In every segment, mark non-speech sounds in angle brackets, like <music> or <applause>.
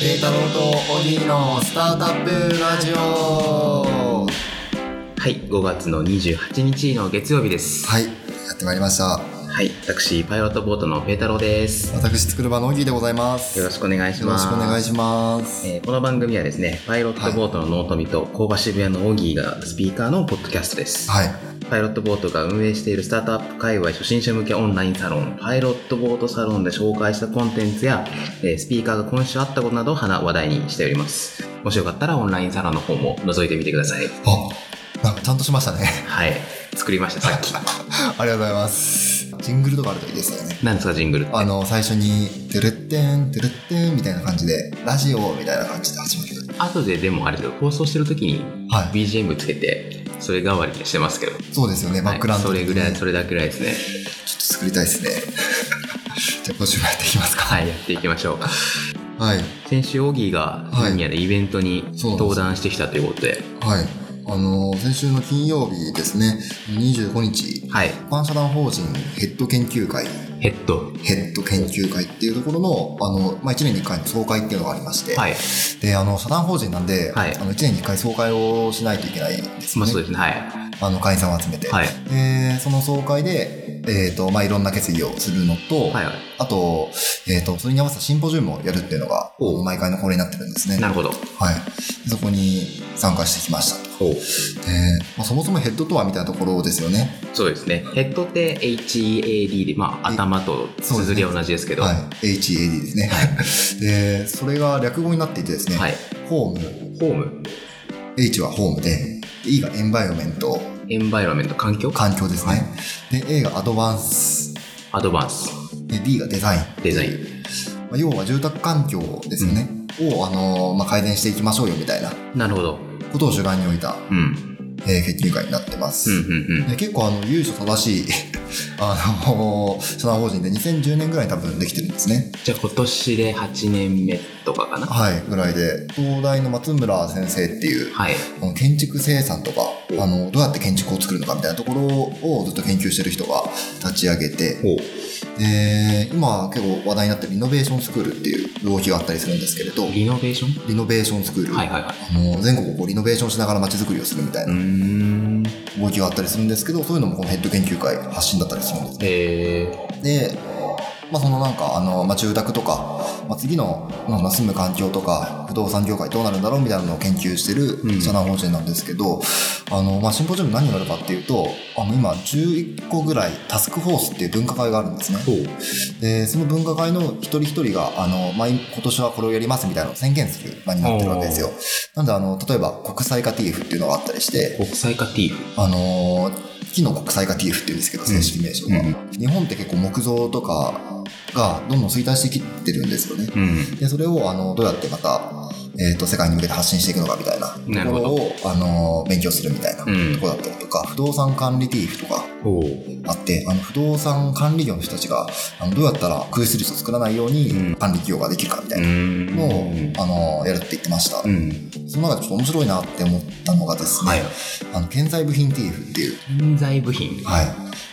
ペータローとオギーのスタートアップラジオはい、5月の28日の月曜日です。はいやってまいりましたはい、私、パイロットボートのペータローです。私作る場のオギーでございますよろししくお願いしよろましす。くお願いしますえーこの番組はですね、パイロットボートのノートミと、工場渋谷のオギーがスピーカーのポッドキャストです。はいパイロットボートが運営しているスタートアップ界隈初心者向けオンラインサロン、パイロットボートサロンで紹介したコンテンツや、えースピーカーが今週あったことなどを話題にしております。もしよかったらオンラインサロンの方も覗いてみてください。あなんかちゃんとしましたね <laughs> はい、作りました、さっき。ありがとうございますジングルとかあるといいですよね何ですか、ジングルって。あの最初に「てるってんてるってん」みたいな感じでラジオみたいな感じで始まる後ででもあれだよ放送してる時にはい BGM つけてそれ代わりにしてますけどそうですよねバックグラウンド、はいそれぐらいちょそっれだけぐらいですねと作りたいですね <laughs> じゃあ今週もやっていきますかはいやっていきましょうはい先週オギーがはいフィニアでイベントにそうなんです登壇してきたということではい。あの、先週の金曜日ですね、25日、一はい般社団法人ヘッド研究会、ヘッドヘッド研究会っていうところの、あの、まあ、1年に1回の総会っていうのがありまして、はいで、あの、社団法人なんで、はいあの1年に1回総会をしないといけないんですまよね。あそうですねはいあの、会員さんを集めて。はいで、その総会で、えっ、と、まあ、いろんな決議をするのと、はいはあと、えっ、と、それに合わせたシンポジウムをやるっていうのが、おう毎回の恒例になってるんですねい。なるほどはい。そこに参加してきました。おえーまあ、そもそもヘッドとはみたいなところですよね。そうですねヘッドって HAD でまあえ頭と綴りは同じですけどはい。HAD ですね。 <laughs> で、それが略語になっていてですね、はいホーム、ホーム H はホームで、E がエンバイオメント、エンバイロメント環境環境ですね。で、A がアドバンス、アドバンスで D がデザイン。デザインまあ、要は住宅環境ですよね。を、あのーまあ、改善していきましょうよみたいななるほどことを主眼に置いた、うんえー研究会になってまうす。んうんうんで結構あの、由緒正しい、 <laughs> あのー社団法人で2010年ぐらいに多分できてるんですね。じゃあ今年で8年目とかかなははい、ぐらいで、東大の松村先生っていう、い。あの建築生産とか、あの、どうやって建築を作るのかみたいなところをずっと研究してる人が立ち上げて、おで、今結構話題になってるリノベーションスクールっていう動きがあったりするんですけれど、リノベーションリノベーションスクール。はいはいはい。あの全国をこうリノベーションしながら街づくりをするみたいうー。なん動きがあったりするんですけど、そういうのもこのヘッド研究会発信だったりするんですえで、まあ、そのなんかあの、まあ、住宅とか、まあ、次の、まあ、住む環境とか不動産業界どうなるんだろうみたいなのを研究してうるん社団法人なんですけど、あのまあ、シンポジウム何になるかっていうとあの今11個ぐらいタスクフォースっていう分科会があるんですねー、ほう。でその分科会の一人一人があの、まあ、今年はこれをやりますみたいなのを宣言する場になってるわけですよなんであの例えば国際化 TF っていうのがあったりして国際化 T。あのー木の国際化 TF って言うんですけど、正式名称が、うん日本って結構木造とかがどんどん衰退してきてるんですよね。うん。で、それを、あの、どうやってまた、えっ、と、世界に向けて発信していくのかみたいななとるこほろどを、あのー勉強するみたいなとうんころだったりとか、不動産管理 TF とかほう。あって、あの、不動産管理業の人たちが、あのどうやったら空室率を作らないようにうん管理企業ができるかみたいなーのを、あのーやるって言ってました。うん。その中でちょっと面白いなって思ったのがですね、はい。あの、建材部品 TF っていう、人材部品。はい、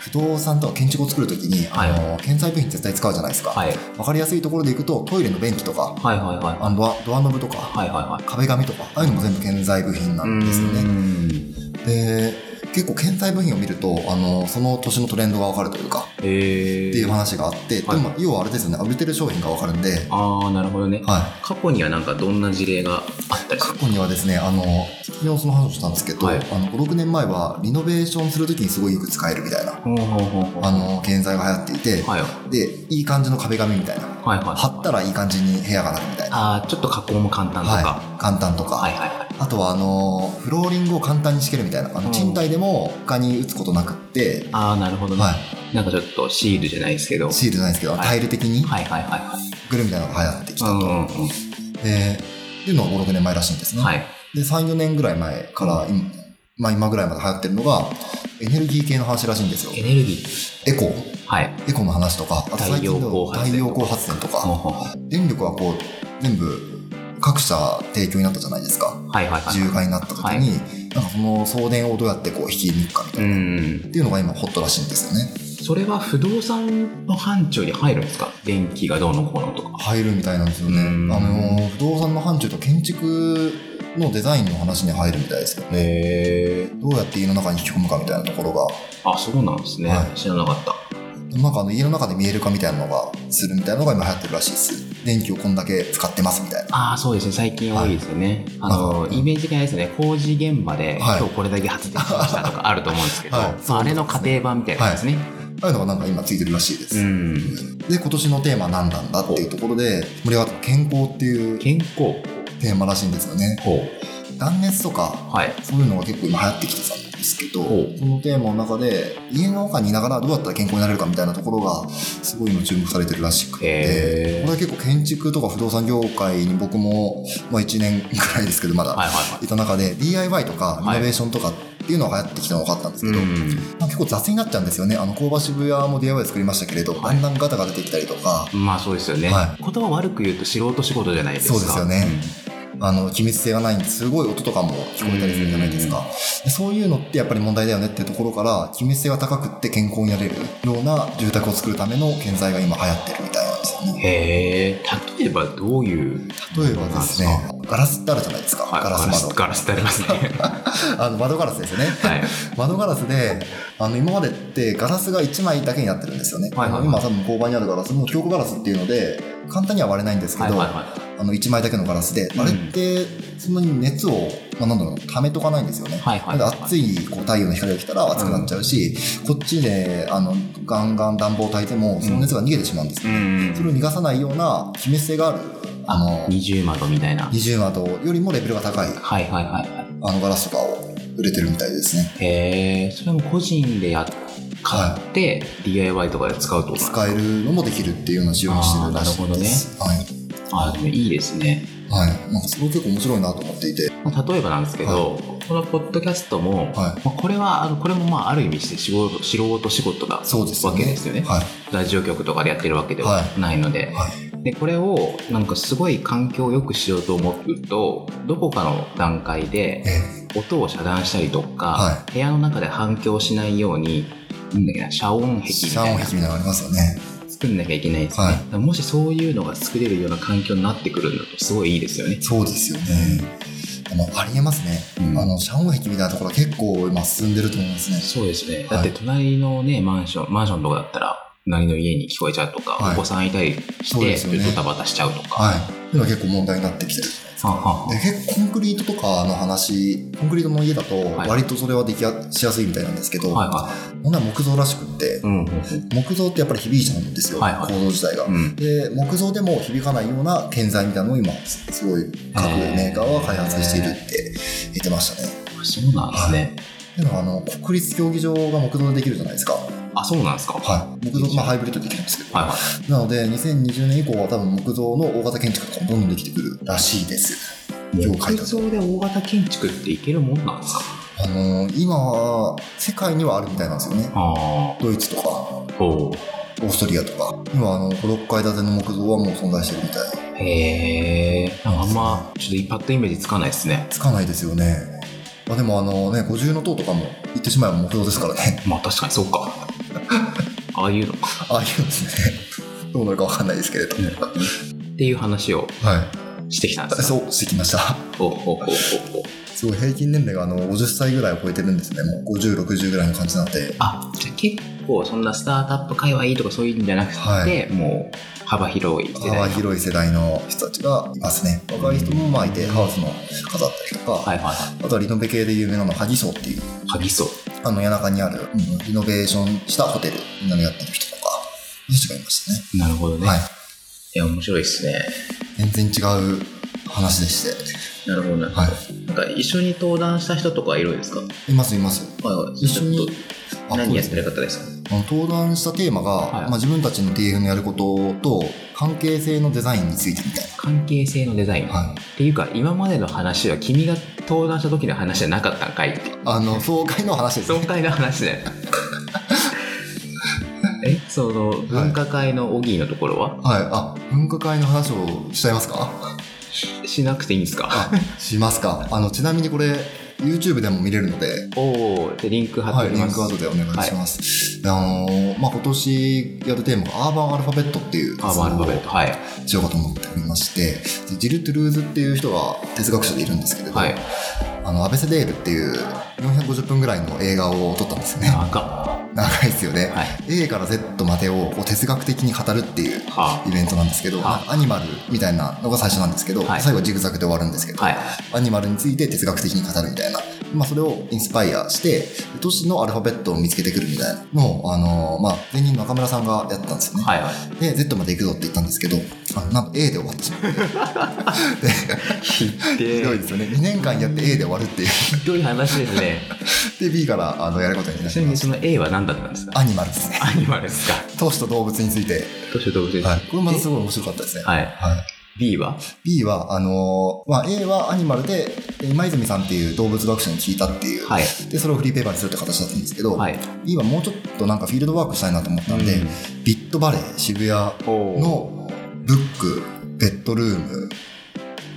不動産とか建築を作るときに、はいあの建材部品絶対使うじゃないですか、はい。分かりやすいところでいくとトイレの便器とかはいはいはい。あのドアドアノブとか、はいはいはい。壁紙とかああいうのも全部建材部品なんですよねね。で結構建材部品を見るとあのその年のトレンドが分かるというかえー。っていう話があって、はいでも要はあれですよね売れてる商品が分かるんで、ああ、なるほどね。は過去にはなんかどんな事例があったりい、す過る去にはですねあの昨日その話をしたんですけど、はいあの56年前はリノベーションするときにすごいよく使えるみたいなほうほうほうほうあの建材が流行っていて、はい。でいい感じの壁紙みたいなはいはい。貼ったらいい感じに部屋がなるみたいな。ああ、ちょっと加工も簡単とか。はい、簡単とか、はいはいはい。あとはあのーフローリングを簡単に敷けるみたいなあのうん賃貸でも他に打つことなくって、ああ、なるほどね。はなんかちょっとシールじゃないですけど。い、シールじゃないですけど、はいタイル的にはいはいはいはい。グルみたいなのが流行ってきたと、うんうんうんでっていうのが56年前らしいんですね、はい。で34年ぐらい前から今,、まあ、今ぐらいまで流行ってるのがエネルギー系の話らしいんですよエネルギー。エコはい。エコの話とかあと最近太陽光の発電太陽光発電とほうかほうほう電力はこう全部各社提供になったじゃないですかはいはいはい。重化になった時に、はいなんかその送電をどうやってこう引き抜くかみたいうな、っん。ていうのが今ホットらしいんですよね。それは不動産の範疇に入るんですか電気がどうのこうのとか。入るみたいなんですよね。うんあの、不動産の範疇と建築のデザインの話に入るみたいですけどね。へどうやって家の中に引き込むかみたいなところが、あ、そうなんですね。はい知らなかった。なんかあの家の中で見える化みたいなのがするみたいなのが今流行ってるらしいです。電気をこんだけ使ってますみたいな。ああ、そうですね。最近多いですよね。はいあの、うんイメージ的にあれですよね。工事現場で、はい今日これだけ発電しましたと <laughs> かあると思うんですけど、はいそうあれの家庭版みたいなやつですね。ああいうのがなんか今ついてるらしいです。うん。で、今年のテーマ何なんだっていうところで、盛り上がったのは健康っていう健康テーマらしいんですよね。法。断熱とか、はい。そういうのが結構今流行ってきてたんですけど、ほうそのテーマの中で、家の中にいながらどうやったら健康になれるかみたいなところが、すごい今注目されてるらしくて、へえこれ。は結構建築とか不動産業界に僕も、まあ1年くらいですけど、まだはいはいた中で DIY とかリノベーションとかっていうのが流行ってきたのが分かったんですいけはど、い。うん。まあ、結構雑になっちゃうんですよねあの工場渋谷も DIY 作りましたけれど、はいだんだんガタが出てきたりとかまあそうですよね、は言葉悪く言うと素人仕事じゃないですかそうですよねあの機密性がないんですごい音とかも聞こえたりするじゃないですかでそういうのってやっぱり問題だよねっていうところから機密性が高くって健康になれるような住宅を作るための建材が今流行ってるみたいなんですよねへえ例えばどういう例えばですねガラスってあるじゃないですか、はいガラス窓ガラスってあ <laughs> りますねあの窓ガラスですよねはい窓ガラスであの今までってガラスが1枚だけになってるんですよね、はいはいはいあの今多分工場にあるガラスも強固ガラスっていうので簡単には割れないんですけはいはいど、はあの1枚だけのガラスで、んあれってそんなに熱を、まあ、なんだろう溜めとかないんですよね、はいはいはなんいで熱いこう太陽の光が来たら熱くなっちゃうし、こっちであのガンガン暖房を焚いてもその熱が逃げてしまうんですよ、いんそれを逃がさないような気密性があるあの二重窓みたいな20窓よりもレベルが高いはいはいはいはあのガラスとかを売れてるみたいですねいへえそれも個人でやっ買って DIY とかで使うってこと使かえるのもできるっていうのを仕様にしてるらしいです。あでもいいですねはい。はい。なんかそれ結構面白いなと思っていて。まあ例えばなんですけど、このポッドキャストはも、いまあこれはあのこれもまあある意味して仕事素人仕事だそうですよわけね。ですよねはい。ラジオ局とかでやってるわけではないので,、はでこれをなんかすごい環境を良くしようと思うとどこかの段階えでえ音を遮断したりとか、は部屋の中で反響しないようになんだっけな遮音壁み遮たい音な壁みたいなのありますよね。作んなきゃいけないですね、はいだからもしそういうのが作れるような環境になってくるんだとすごいいいですよね。そうですよね。でもありえますね。うんあの、遮音壁みたいなところは結構今進んでると思いますね。そうですね。はいだって隣のね、マンション、マンションとかだったら、隣の家に聞こえちゃうとか、はいお子さんいたりしそうですて、よねドタバタしちゃうとか。はい。っていうのは結構問題になってきてる。はんはんはんで結構コンクリートとかの話、コンクリートの家だとはい割とそれはできやしやすいみたいなんですけど、はいはい。問題は木造らしくってう、んうん木造ってやっぱり響いちゃうんですよ、はいはい構造自体がう。ん。で木造でも響かないような建材みたいなのを今すすごい各メーカーは開発しているって言ってましたね。うんそうなんですね。っていうのはあの国立競技場が木造でできるじゃないですか。あ、そうなんですか。はいはい、木造、まあ、ハイブリッドできるんですけど、はなので2020年以降は多分木造の大型建築とかもどんどんできてくるらしいです。い。業界木だと造で大型建築っていけるもんなんですかあのー今は世界にはあるみたいなんですよね。あドイツとかオあ。ほ。ーストリアとか今あの56階建ての木造はもう存在してるみたいうへえ。なんかあんま、ちょっとパッとイメージつかないですね。つかないですよね。まあ、でもあのね五重の塔とかも言ってしまえば木造ですからね。 <laughs> まあ確かにそうか。 <laughs> ああいうのか。ああいうのですね。 <laughs> どうなるかわかんないですけれど。はっていう話をい。してきたんですよ。そうしてきました。ほうほうほうほうほう。すごい平均年齢があの50歳ぐらいを超えてるんですね。もう50、60ぐらいの感じなので。あじゃあ結構そんなスタートアップ界隈とかそういうんじゃなくて、はいもう幅広い世代幅広い世代の人たちがいますね。若い人もまあいて、ハウスの飾ったりとか、はいはいはあとはリノベ系で有名なのは萩荘っていう、い萩荘あの谷中にある、うんリノベーションしたホテルなのやってる人とか、そういう人がいましたね。なるほどね、はいい、。や面白いですね全然違う話でして。なるほどな,、はなんか一緒に登壇した人とかいるんですか、い。いますいます。はい、一緒にちょっとあ何やってる方ですかあの登壇したテーマが、いまあ、自分たちの TF のやることと関係性のデザインについてみたい関係性のデザイン、な、はい、っていうか今までの話は君が登壇した時の話じゃなかったんかいってあ <laughs> の爽快の話です爽ね快な話で <laughs> えその分科会のオギーのところは、はいあ文化会の話をしちゃいますかしなくていいんですか <laughs> あしますかあのちなみにこれ YouTube でも見れるので、おお、で、リンク貼っはてい、おりリンまクす。アウトでお願いします。あのーまあ、今年やるテーマがアーバンアルファベットっていうアーバンアルファベット。はい。トしようかと思っておりまして、でジル・トゥルーズっていう人が哲学者でいるんですけれど、はい。あの、アベセデールっていう450分ぐらいの映画を撮ったんですよね。赤。は長いですよね。い。は A から Z までをこう哲学的に語るっていうあ。イベントなんですけど、はアニマルみたいなのが最初なんですけど、はい最後はジグザグで終わるんですけど、はい。アニマルについて哲学的に語るみたいな、まあ、それをインスパイアして都市のアルファベットを見つけてくるみたいなのを、あのーまあ、前任の中村さんがやったんですよね、はいはで Z まで行くぞって言ったんですけどあのなんと A で終わってしまってい。ひでひどいでですよね2年間やって A で終わるっていうひどい話ですね。で B からあのやることになちりなみまにしその A は何だったんですたかアニマルですねアニマルですか。都市と動物について、どうしようどうしよう。はい、これまたすごい面白かったですね、はい。はい B は B は、あのーまあ、A はアニマルで、今泉さんっていう動物学者に聞いたっていう、はい。で、それをフリーペーパーにするって形だったんですけど、はい。 B はもうちょっとなんかフィールドワークしたいなと思ったんで、うんビットバレー、渋谷のおーブック、ベッドルーム、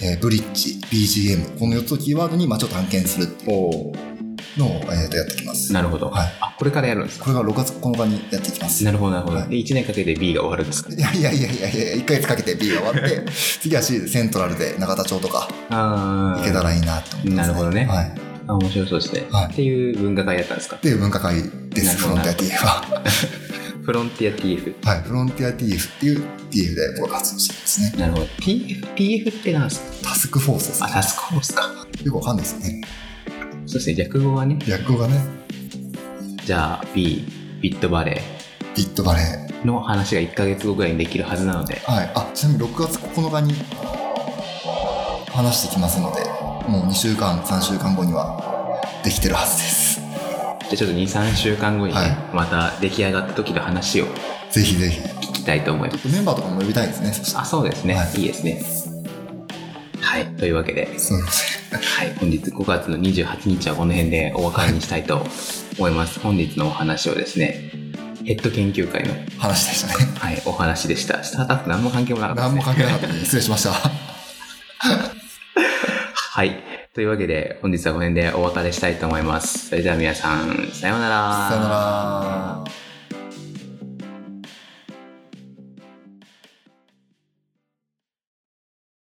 えーブリッジ、BGM、この4つをキーワードに街を探検するっていうおーのを、えーとやってきます。なるほど。はいあ、これからやるんですかこれが6月9日にやっていきます。なるほど、なるほど。はいで、1年かけて B が終わるんですかいやいやいやいやいや、1ヶ月かけて B が終わ <laughs> って、次は C でセントラルで永田町とかああ。行けたらいいなと思ってます、なるほどねはい。あ、面白そうですね。はいっていう文化会だったんですかっていう文化会です、なるフほロンどティア TF は。フロンティア TF。はい、フロンティア TF っていう TF で僕は活動してるんですね。なるほど。PF、PF って何ですかタスクフォースですあ、。タスクフォースか。よくわかんないですね。そうですね、略語はね。略語がね、じゃあ B、ビットバレビットバレー。ーの話が1ヶ月後ぐらいにできるはずなので、はい、あ、ちなみに6月9日に話してきますので、もう2週間、3週間後にはできてるはずです。じゃあちょっと2、3週間後にね、はまた出来上がった時の話をぜひぜひ。聞きたいと思います。メンバーとかも呼びたいですね、そしたら。あ、そうですね。、はいいですね。はい、というわけで、そうですね。はい、本日5月の28日はこの辺でお別れにしたいと思います。本日のお話をですね、ヘッド研究会の、話でしたね。はい、お話でした。スタートアップ何も関係もなかったで何すねも関係なかったので、失礼しました。はい。というわけで、本日はこの辺でお別れしたいと思います。それでは皆さん、さようなら。さよなら。